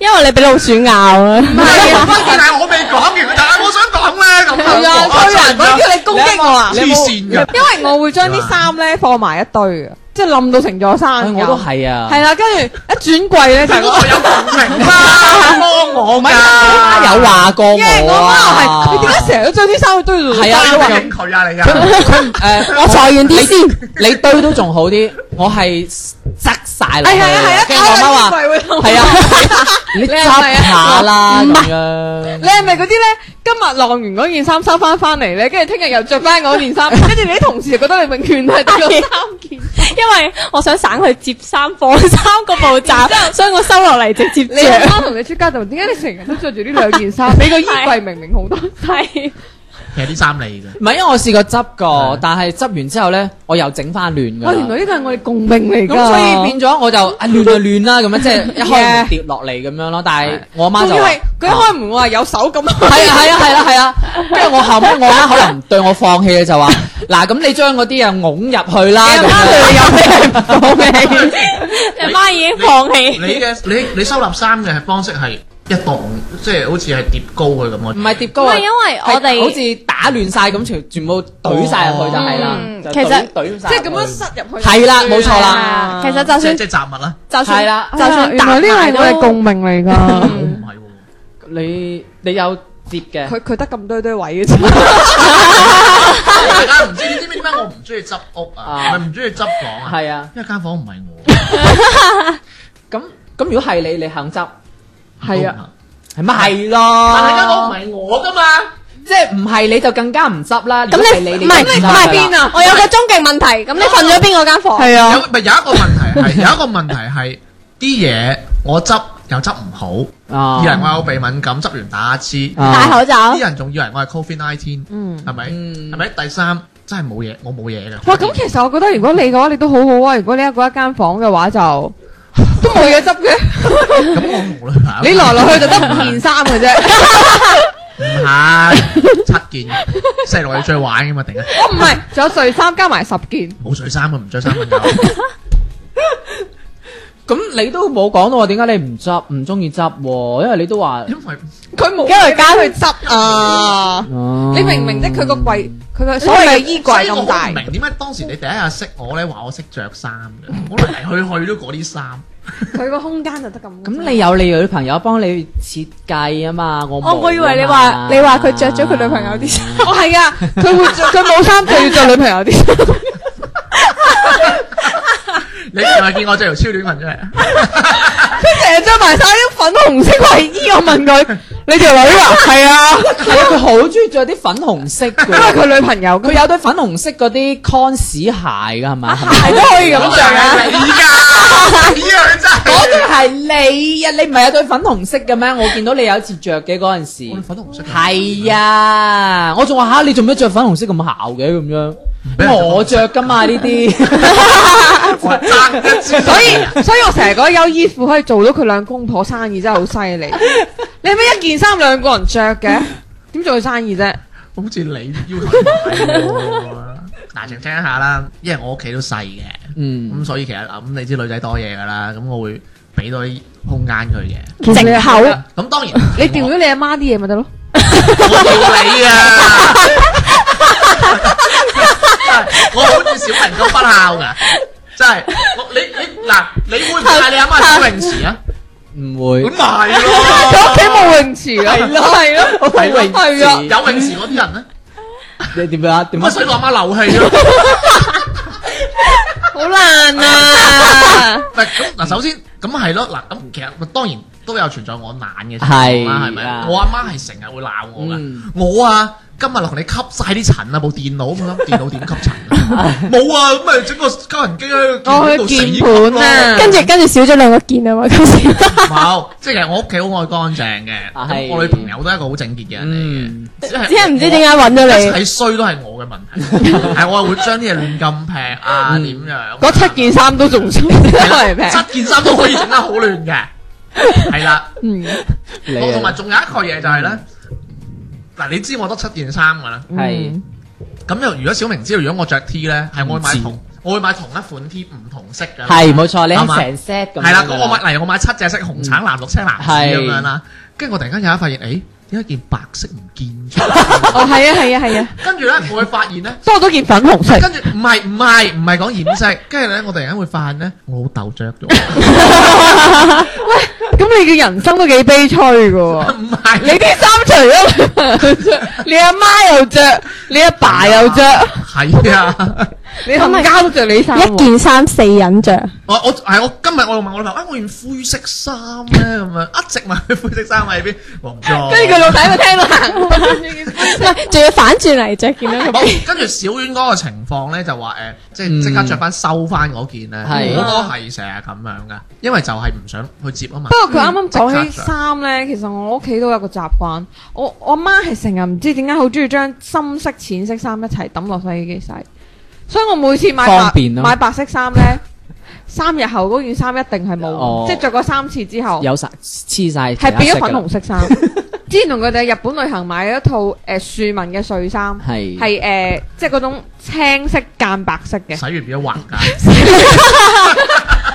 F: 因為你俾老鼠咬啊。
A: 唔係啊，但係我未講完，但係我想講咧咁啊樣。
D: 衰啊人，我叫你攻擊我啊！
A: 黐線㗎！
D: 因為我會將啲衫咧放埋一堆啊，即係冧到成座
E: 唉
D: 山㗎。
E: 我都係啊。
D: 係啦，跟住一轉櫃咧就係
A: 我
D: 我
A: 有共啊鳴啦，幫我㗎。
E: 有話過
D: 因為
E: 我
D: 我媽係
E: 啊？
D: 你點解成日都將啲衫去堆度？
E: 係啊
A: 我影佢啊 你啊！
E: 誒，我坐遠啲先。你堆都仲好啲，我係執晒落
D: 係
E: 去
D: 係啊係啊
E: 啊。，跟住我媽話。
D: 櫃會冧
E: 係啊，你執下啦咁樣。
D: 你係咪嗰啲咧？今日晾完嗰件衫收翻翻嚟咧，跟住聽日又着翻嗰件衫，跟住你啲同事就覺得你永遠係得咗三件。
F: 因為我想省去接衫放衫個步驟，所以我收落嚟直接
D: 你阿
F: 着。
D: 媽同你出街就點解你成日都着住呢兩件衫？你個衣櫃明明好多
F: 係
A: 其實啲衫你嘅，
E: 唔係，因為我試過執過
A: 係，
E: 但係執完之後咧，我又整翻亂㗎
D: 哇！哦原來
E: 啦。
D: 呢個係我哋共鳴嚟㗎。
E: 咁所以變咗我就啊亂就亂啦，咁樣即係一開門跌落嚟咁樣咯。但係我媽就
D: 仲要
E: 話
D: 係佢一開門我話有手咁。
E: 係啊係啊係啦係啊，跟住我後尾我媽可能對我放棄嘅就話嗱，咁你將嗰啲啊拱入去啦。咁樣
F: 阿媽已經放
A: 你
F: 棄。
A: 嘅你你收納衫嘅方式係一棟，即係好似係疊高佢咁
E: 唔係疊高
F: 唔
E: 啊，
F: 係因為我哋
E: 係好似打亂晒咁，全全部懟晒入去就係啦
F: 嗯。
E: 就
F: 其實
E: 懟懟晒
D: 即係
E: 入
D: 咁
E: 去
D: 樣塞入去。
E: 係啦冇錯啦
F: 啊其實就
A: 即係
F: 算
A: 即係雜物啦。
F: 就
E: 係
F: 算
E: 啦
F: 就
D: 啊
F: 算搭埋都，
D: 鳴嚟㗎。
A: 我哦唔係喎。
E: 你你有碟嘅，
D: 佢佢得咁堆堆位嘅啫。
A: 大家唔知你知唔知點解我唔中意執屋啊？
E: 啊
A: 唔係唔中意執房啊？
E: 係啊，
A: 因為間房唔係我。
E: 咁咁如果係你，你肯執，
D: 係啊，
E: 係咪係
A: 但係間房唔
E: 咯？
A: 係我噶嘛。
E: 即係唔係你就更加唔執啦。如果
F: 咁
E: 係
F: 你
E: 你
F: 唔係
E: 就
F: 唔
E: 唔
F: 係
E: 係
F: 邊啊？我有個終極問題，咁你瞓咗邊嗰間房？
D: 係
A: 有咪有一個問題係 有一個問題係啲嘢我執又執唔好，
E: 啊
D: 哦
A: 以為我有鼻敏感，執完打乞嗤，
F: 戴
E: 啊
F: 口罩
A: 啲。人仲以為我係 Covid nineteen，
D: 嗯
A: 係咪？
E: 嗯
A: 係咪？第三真係冇嘢，我冇嘢嘅。
D: 哇！咁其實我覺得如果你嘅話，你都好好啊。如果你一個一間房嘅 話就，都冇嘢執嘅。
A: 咁我無論係
D: 你來來去就得五件衫嘅啫。
A: 唔係七件，星期六日出去玩噶嘛，定係
D: 我 唔係，仲有睡衫加埋十件。
A: 冇水衫啊嘅，唔着衫嘅有。
E: 咁你都冇講到我點解你唔執，唔中意執喎？因為你都話，
A: 因為
D: 佢冇因為家去執啊！
E: 你
D: 你明唔明即係佢個櫃，佢個所謂嘅衣櫃
A: 所以我
D: 咁
A: 好
D: 大
A: 唔，明點解當時你第一日識我咧，話我識着衫嘅，我嚟嚟去去都嗰啲衫。
D: 佢個空間就得咁。
E: 咁你有你女朋友幫你設計啊嘛？我
F: 哦，我以為你話
E: 話
F: 你話佢着咗佢女朋友啲衫，
D: 我係啊，佢會 着佢冇衫就要着女朋友 啲衫。
A: 你係咪見我着條超短裙出嚟？
D: 佢成日着埋晒啲粉紅色衞衣，我問佢：
C: 你條女啊，係啊，
E: 系啊，佢好中意着啲粉紅色
D: 因為
E: 嘅，
D: 佢女朋友
E: 佢
D: 佢
E: 有對粉紅色嗰啲 cons 鞋㗎係咪？
C: 係都可以咁着啊。
E: 嗰對係你啊！你唔係有對粉紅色嘅咩？我見到你有一次着嘅嗰陣
A: 我哋
E: 時。
A: 粉紅色嘅
E: 係啊，我仲話吓你做咩着粉紅色咁姣嘅咁樣？
A: 俾人着
E: 我着㗎嘛呢 啲，
D: 所以所以我成日覺得優衣庫可以做到佢兩公婆生意真係好 犀利。你係咪一件衫兩個人着嘅？點做佢生意啫？
A: 好似你要睇嗱，澄清一下啦，因為我屋企都細嘅，
E: 嗯，
A: 咁所以其實咁你知女仔多嘢㗎啦，咁我會俾多啲空間佢嘅。
F: 藉口
A: 咁當然
D: 你調咗你阿媽啲嘢咪得咯？
A: 我冇你啊！我好似小明都不孝㗎，真係我你你嗱，你會唔會嗌你阿媽小泳池啊？
E: 唔會
A: 咁咪
D: 佢屋企
A: 咯，
D: 冇泳池啊？
E: 係咯係咯，係泳
D: 係啊
E: 池
A: 有泳池嗰啲人咧，
E: 你點樣啊？點
A: 咁啊
E: 啊？
A: 所以我阿媽漏 氣咯。
D: 好難啊！
A: 唔係咁嗱，首先咁係咯，嗱咁其實當然都有存在我懶嘅情況啦，
E: 係
A: 係咪？
E: 啊
A: 我阿媽係成日會鬧我噶
E: 嗯，
A: 我啊今日同你吸晒啲塵啊，部電腦咁樣， 電腦點吸塵啊？冇啊，咁咪整個吸塵機喺
D: 我
A: 個
D: 去
A: 電
D: 鍵
A: 腦度
D: 盤啊！
F: 跟住跟住少咗兩個件啊嘛，今次
A: 冇，即係其實我屋企好愛乾淨嘅，
E: 啊
A: 咁
E: 係
A: 我女朋友都係一個好整潔嘅人
E: 嗯
A: 嚟嘅，只係
F: 只係唔知點
A: 解。
F: 解揾
A: 一
F: 咗你。
A: 切衰都係我嘅問題，係我係會將啲嘢亂咁劈啊，點樣？
D: 嗰七件衫都 仲衰，都係平。
A: 七件衫都可以整得好亂 嘅，係啦。
D: 嗯，
E: 你
A: 同埋
E: 啊
A: 仲有一個嘢就係咧，嗱你知我得七件衫噶啦，嗯
E: 係
A: 咁又如果小明知道，如果我着 T 咧，係我會買
E: 唔知
A: 同我會買同一款 T 唔同色嘅，
E: 係冇錯，你
A: 係
E: 係
A: 嘛
E: 成 set 咁樣㗎。
A: 啊
E: 嗯
A: 係啦，咁我買例如我買七隻色，紅、橙、藍、綠、青、藍、紫
E: 係
A: 咁樣啦，跟住我突然間有一發現，誒點解件白色唔見咗？
D: 哦，係啊，係啊，係啊，
A: 跟住咧，我會發現咧。
D: 多咗件粉紅 色。
A: 跟住唔係唔係唔係講染色，跟住咧我突然間會發現咧，我老豆着 咗，
D: 咁你嘅人生都幾悲催噶喎。
A: 唔係
D: 你啲衫除咗， 你阿媽又着，你阿爸又着，
A: 係啊，
D: 你冚家都着你衫喎。
F: 一件衫四人着，
A: 我我係我今日我又問我女朋友啊，我件灰色衫咧咁樣，一直問 灰色衫喺邊，我唔知啊。
D: 跟住佢老細喺度聽到行過，
F: 唔係仲要反轉嚟着，見到佢
A: 冇跟住小丸嗰個情況咧，就話誒，即係即刻着翻收翻嗰件咧，
E: 係
A: 好多嗯係成日咁樣噶，因為就係唔想去接啊嘛。
D: 不過佢啱啱講起
A: 即刻着
D: 衫咧，其實我屋企都有個習慣，我我阿媽係成日唔知點解好中意將深色、淺色衫一齊抌落洗衣機洗，所以我每次買
E: 方
D: 白
E: 便咯
D: 買白色衫咧，三日後嗰件衫一定係冇，
E: 哦
D: 即係着過三次之後。
E: 有晒黐晒，
D: 係變咗粉紅。色衫。 之前同佢哋去日本旅行買咗套誒、呃、庶民嘅睡衫，
E: 係
D: 係誒即係嗰種青色間白色嘅
A: 洗。完變咗滑噶，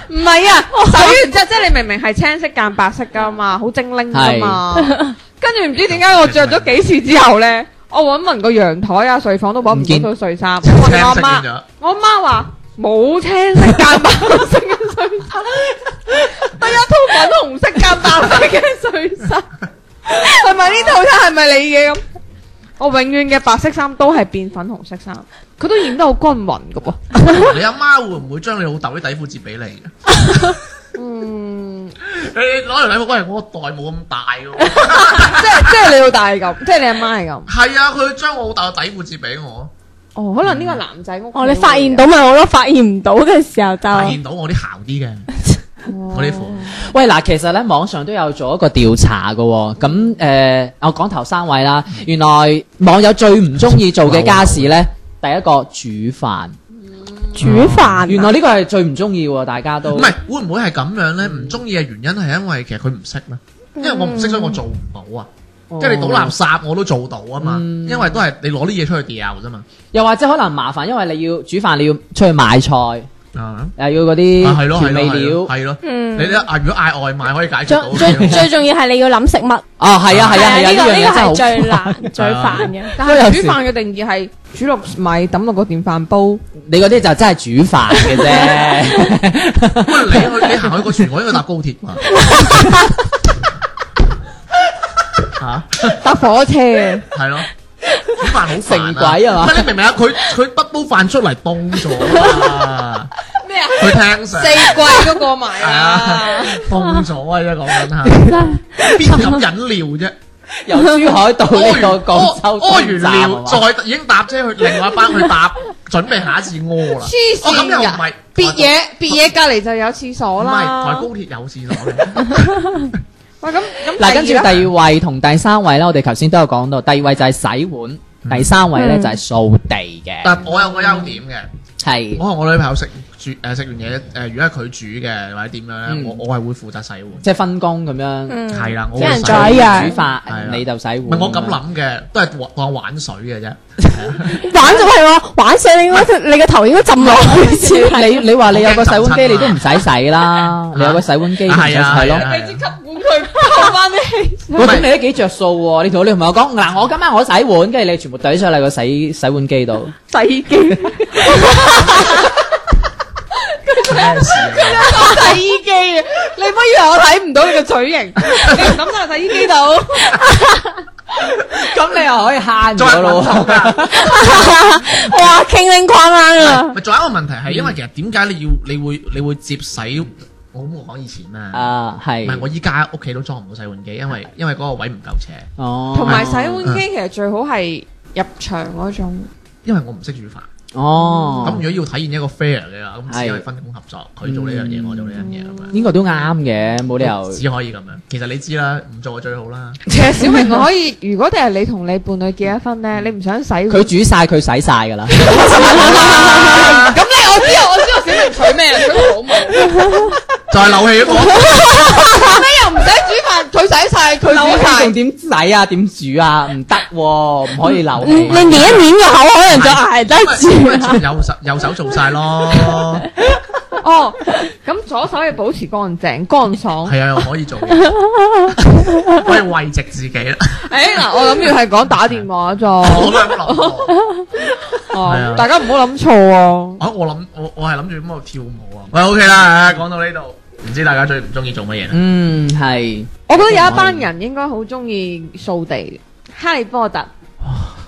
D: 唔係啊，洗完之後即係你明明係青色間白色噶嘛，好精靈噶嘛。跟住唔知點解我着咗幾次之後咧，我揾問個陽台啊、睡房都揾
E: 唔
D: 唔
E: 見
D: 到套睡衫。我
A: 青
D: 問
A: 色
D: 我
A: 變
D: 阿媽，
A: 咗。
D: 我阿媽話冇青色間白色嘅睡衫，得一套粉紅色間白色嘅睡 衫。係咪呢套衫係咪你嘅咁？我永遠嘅白色衫都係變粉紅色衫，佢都染得好均勻噶 噃。
A: 你阿媽會唔會將你老豆啲底褲折俾你嘅？
D: 嗯，
A: 你攞嚟睇，喂，我個袋冇咁大喎。
D: 即係即係你老大係咁，即係你阿媽係咁。
A: 係啊，佢將我老豆嘅底褲折俾我，
D: 哦，可能呢個男仔屋企
F: 哦，你發現到咪好咯？發現唔到嘅時候
A: 發
F: 就
A: 現到我啲姣啲嘅，我啲褲。
E: 喂，嗱，其實咧網上都有做一個調查嘅喎、咁誒、呃我講頭三位啦。原來網友最唔中意做嘅家事咧，第一個煮飯。
F: 煮
C: 啊
F: 飯。
E: 原來呢個係最唔中意喎，大家都
A: 唔係，會唔會係咁樣咧？唔中意嘅原因係因為其實佢唔識咧，因為我唔識所以我做唔到啊。
E: 哦
A: 即係你倒垃圾我都做到啊嘛，
E: 嗯
A: 因為都係你攞啲嘢出去掉啫嘛。
E: 又或者可能麻煩，因為你要煮飯，你要出去買菜，又
A: 啊，
E: 要嗰
A: 係
E: 啲
A: 咯
E: 調
A: 係咯
E: 味
A: 係
E: 料
A: 咯，。係咯。
F: 嗯
A: 你咧啊，如果嗌外賣可以解決到
F: 最 最
A: 嘅，
F: 最重要係你要諗食物，係
E: 哦，係啊，係啊，係啊，
F: 呢
E: 呢
F: 個
E: 樣
F: 呢
E: 嘢
F: 個
E: 真
F: 係
E: 係
F: 最
E: 好。
F: 難最煩嘅。
D: 但係煮飯嘅定義係煮落米抌落個電飯 煲。
E: 你嗰啲就真係煮飯嘅啫。
A: 喂你去你行去個廚房應該搭高鐵嘛？嚇，
D: 搭火車嘅，
A: 係咯。煮飯好煩
E: 成鬼啊嘛
A: 唔係你明唔明啊？佢佢不煲飯出嚟凍咗啊！
D: 咩啊？
A: 佢聽成
D: 四季都過埋
A: 係啊
D: 啊！
A: 凍咗啊！真係講緊係邊飲飲料啫？
E: 由珠海到呢個廣州
A: 屙完
E: 東站係
A: 尿
E: 嘛
A: 再已經搭車去另外一班去搭，準備下一次屙啦。
D: 黐線
A: 哦咁又唔係
D: 㗎，別嘢別嘢隔離就有廁
A: 唔
D: 所
A: 係台
D: 啦。
A: 高鐵有廁所嘅，
D: 喂，咁咁
E: 嗱，跟住
D: 第啊
E: 第二位同第三位咧，我哋頭先都有講到，第二位就係洗碗，第三位咧
D: 嗯
E: 就係掃地嘅，
A: 但我有個優點嘅。
E: 係
A: 我同我女朋友食煮誒食完嘢誒，如果係佢煮嘅或者點樣咧，我我係會負責洗碗。
E: 即係分工咁樣，
A: 係啦，我
H: 有
A: 會
H: 人
A: 洗
H: 再
A: 碗
H: 一樣
E: 煮飯
A: 係啊
E: 你就洗碗。
A: 唔係我咁，諗嘅，都係玩當玩水嘅啫。
C: 玩就係喎，玩上你應該你個頭應該浸落去先。
E: 你你話你有個洗碗機，
A: 我
E: 你
A: 驚浸親啊
E: 都唔使洗啦，你有個洗碗機唔使洗
A: 係啊係
E: 咯
A: 啊。
D: 你支吸管佢扣翻啲氣。
E: 喂，咁你都幾着數喎？你同你同我講嗱，我今晚我洗碗，跟住你全部懟上嚟個洗洗碗 機度。
D: 洗機，
A: 咩事啊
D: 洗衣機啊！你唔好以為我睇唔到你個嘴型，你唔抌晒落洗衣機度。
E: 咁你又可以慳
A: 仲
E: 咗
A: 有
E: 咯
A: 問
E: 喎。
A: 題啊
C: 哇，傾拎框啷 啊！
A: 咪仲有一個問題係，因為其實點解你要你會你會接洗？我咁我講以前啦，
E: 啊，
A: 唔係我
E: 係。
A: 依家屋企都裝唔到洗碗機，因為因為嗰個位唔夠斜，
E: 哦。
D: 同埋洗碗機其實最好係入場嗰種，
A: 因為我唔識煮飯。
E: 哦。
A: 咁如果要體現一個 fair 嘅話，咁只可以
E: 係
A: 分工合作，佢做呢樣嘢，我做呢樣嘢咁樣。
E: 呢個都啱嘅，嗯冇 理由。
A: 只可以咁樣。其實你知啦，唔做就最好 啦。
D: 其實小明可以，如果你係你同你伴侶結咗婚咧，你唔想洗碗，
E: 佢煮晒佢洗晒㗎啦。
D: 咁咧我知道我知道小明娶咩啦，娶個保姆，
A: 就係漏氣嗰個，
D: 又唔使煮飯，佢洗晒，佢
E: 佢
D: 煮
E: 煮
D: 晒
E: 仲。點洗啊？點煮啊？唔得喎，唔可以留
C: 你
E: 氣。
C: 你捏一捏個口，可能就捱得
A: 因為
C: 住。
A: 只右手右手做晒咯。
D: 哦，咁左手要保持乾淨乾爽。
A: 係啊，又可以做嘢， 可以慰藉自己啦。
D: 诶，嗱，我諗住係講打電話咋，
E: 哦
A: 我都係咁諗喎。
D: 哦
A: 啊，
D: 大家唔好諗錯喎。
A: 啊，我諗我我係諗住咁喺度跳舞啊。喂，OK 啦，講到呢度，唔知大家最唔中意做乜嘢咧？
E: 嗯，係。
D: 我覺得有一班人應該好中意掃地，哈利波特。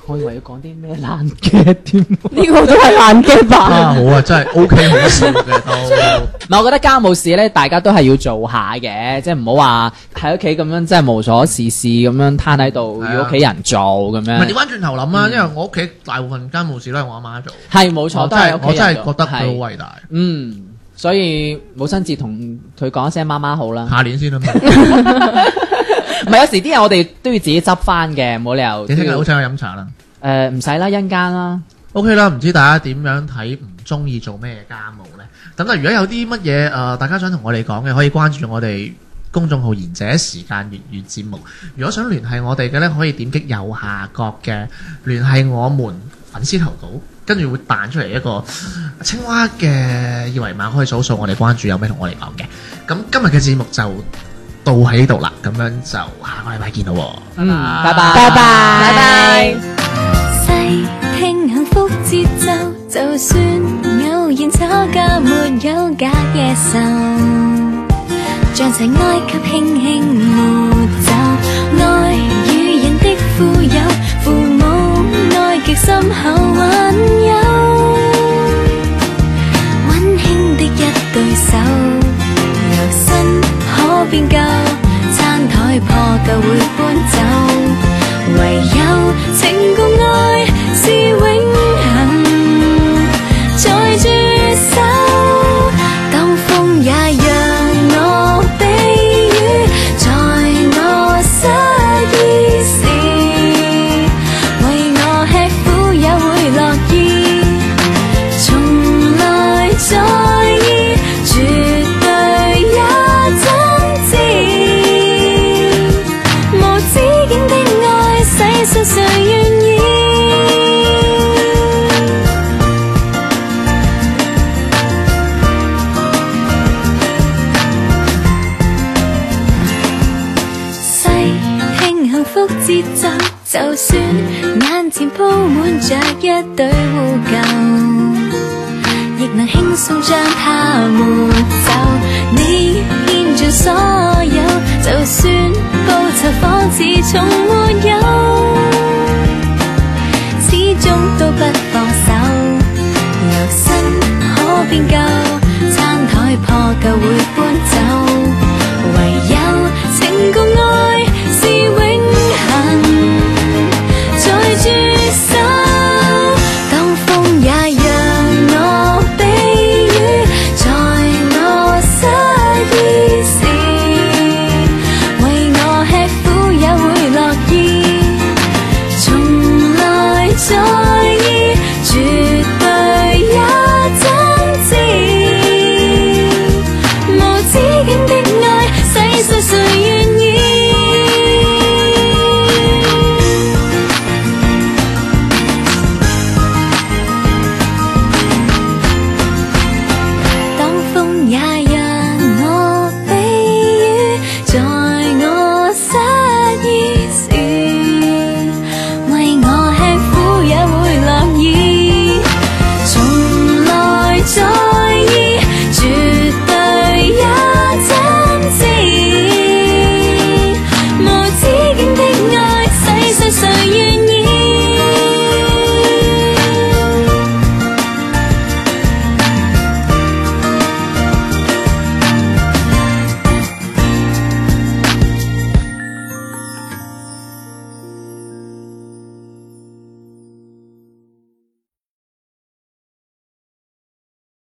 E: 我以為要講啲咩爛嘅添。
C: 呢個都係爛機
E: 嗯
C: 吧？
A: 啊，好啊，真係 OK 好笑嘅都。
E: 唔係，我覺得家務事咧，大家都係要做下嘅，即係唔好話喺屋企咁樣，即係無所事事咁樣攤喺度，
A: 係啊
E: 要屋企人做咁
A: 唔係調
E: 樣。
A: 翻轉頭諗啊，因為我屋企大部分家務事都係我阿媽做，
E: 係嗯冇錯，
A: 我
E: 都
A: 真
E: 係
A: 係
E: 屋
A: 我
E: 企
A: 真係
E: 人
A: 覺
E: 做
A: 得佢好
E: 係
A: 偉大。
E: 嗯，所以母親節同佢講一聲媽媽好啦。
A: 下年先啦嘛，
E: 唔係有時啲嘢我哋都要自己執翻嘅，冇理由
A: 你聽日
E: 都
A: 啊
E: 要。
A: 好請我飲茶啦。
E: 誒呃唔使啦，一陣間啦。
A: OK 啦，唔知大家點樣睇唔中意做咩家務呢？咁啊，如果有啲乜嘢誒，大家想同我哋講嘅，可以關注我哋公眾號《賢者時間粵語節目》。如果想聯繫我哋嘅呢，可以點擊右下角嘅聯繫我們粉絲投稿，跟住會彈出嚟一個青蛙嘅二維碼，可以掃掃我哋關注有咩同我哋講嘅。咁今日嘅節目就到喺呢度啦，咁樣就下個禮拜見咯喎。
E: 嗯，拜拜，
C: 拜拜，拜
D: 拜。
J: 細聽幸福節奏，就算偶然吵架，沒有假野獸，像塵埃給輕輕抹走。愛與人的富有，父母愛極深厚，還有溫馨的一對手，由新可變舊，餐台破舊會搬走。唯有情共愛是永恒，在駐守。當風也讓我避雨，在我失意時，為我吃苦也會樂意。從來在意，絕對也真摯。無止境的愛，世上誰願意？細聽幸福節奏，就算眼前鋪滿着一堆污垢。亦能輕鬆將它抹走。你獻盡所有，就算報酬仿似從沒有，始終都不放手。由新可變舊，餐台破舊會